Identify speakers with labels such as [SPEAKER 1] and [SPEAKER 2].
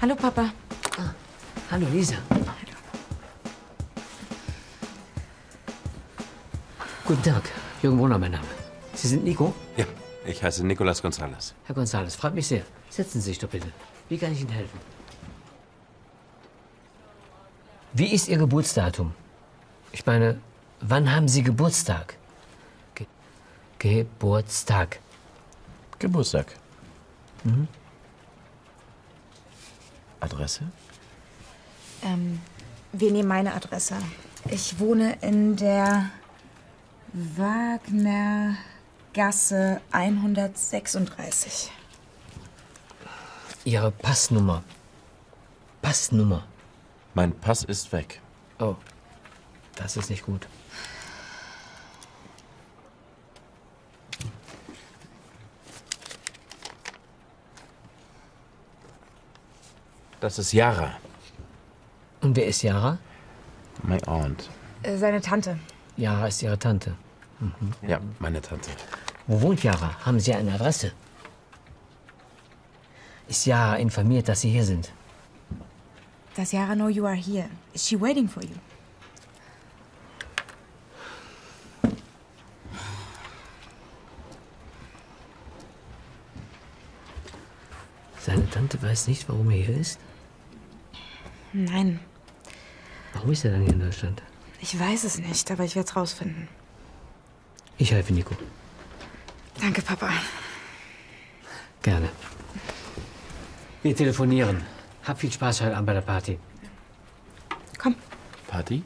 [SPEAKER 1] Hallo, Papa.
[SPEAKER 2] Hallo Lisa. Guten Tag, Jürgen Wohner, mein Name. Sie sind Nico?
[SPEAKER 3] Ja, ich heiße Nicolas Gonzales.
[SPEAKER 2] Herr Gonzales, freut mich sehr. Setzen Sie sich doch bitte. Wie kann ich Ihnen helfen? Wie ist Ihr Geburtsdatum? Ich meine, wann haben Sie Geburtstag? Ge Geburtstag.
[SPEAKER 4] Geburtstag. Mhm. Adresse?
[SPEAKER 1] Ähm, wir nehmen meine Adresse. Ich wohne in der Wagnergasse 136.
[SPEAKER 2] Ihre Passnummer. Passnummer.
[SPEAKER 4] Mein Pass ist weg.
[SPEAKER 2] Oh, das ist nicht gut.
[SPEAKER 3] Das ist Yara,
[SPEAKER 2] Und wer ist Yara?
[SPEAKER 4] My aunt.
[SPEAKER 1] Äh, seine Tante.
[SPEAKER 2] Yara ist Ihre Tante.
[SPEAKER 3] ja, meine Tante.
[SPEAKER 2] Wo wohnt Yara? Haben Sie eine Adresse? Ist Yara informiert, dass Sie hier sind?
[SPEAKER 1] Does Yara know you are here? Is she waiting for you?
[SPEAKER 2] Seine Tante weiß nicht, warum er hier ist?
[SPEAKER 1] Nein,
[SPEAKER 2] Warum ist er dann hier in Deutschland?
[SPEAKER 1] ich weiß es nicht, aber ich werde es rausfinden.
[SPEAKER 2] Ich helfe Nico.
[SPEAKER 1] Danke, Papa.
[SPEAKER 2] Gerne. Wir telefonieren. Hab viel Spaß heute Abend bei der Party.
[SPEAKER 1] Komm,
[SPEAKER 4] Party?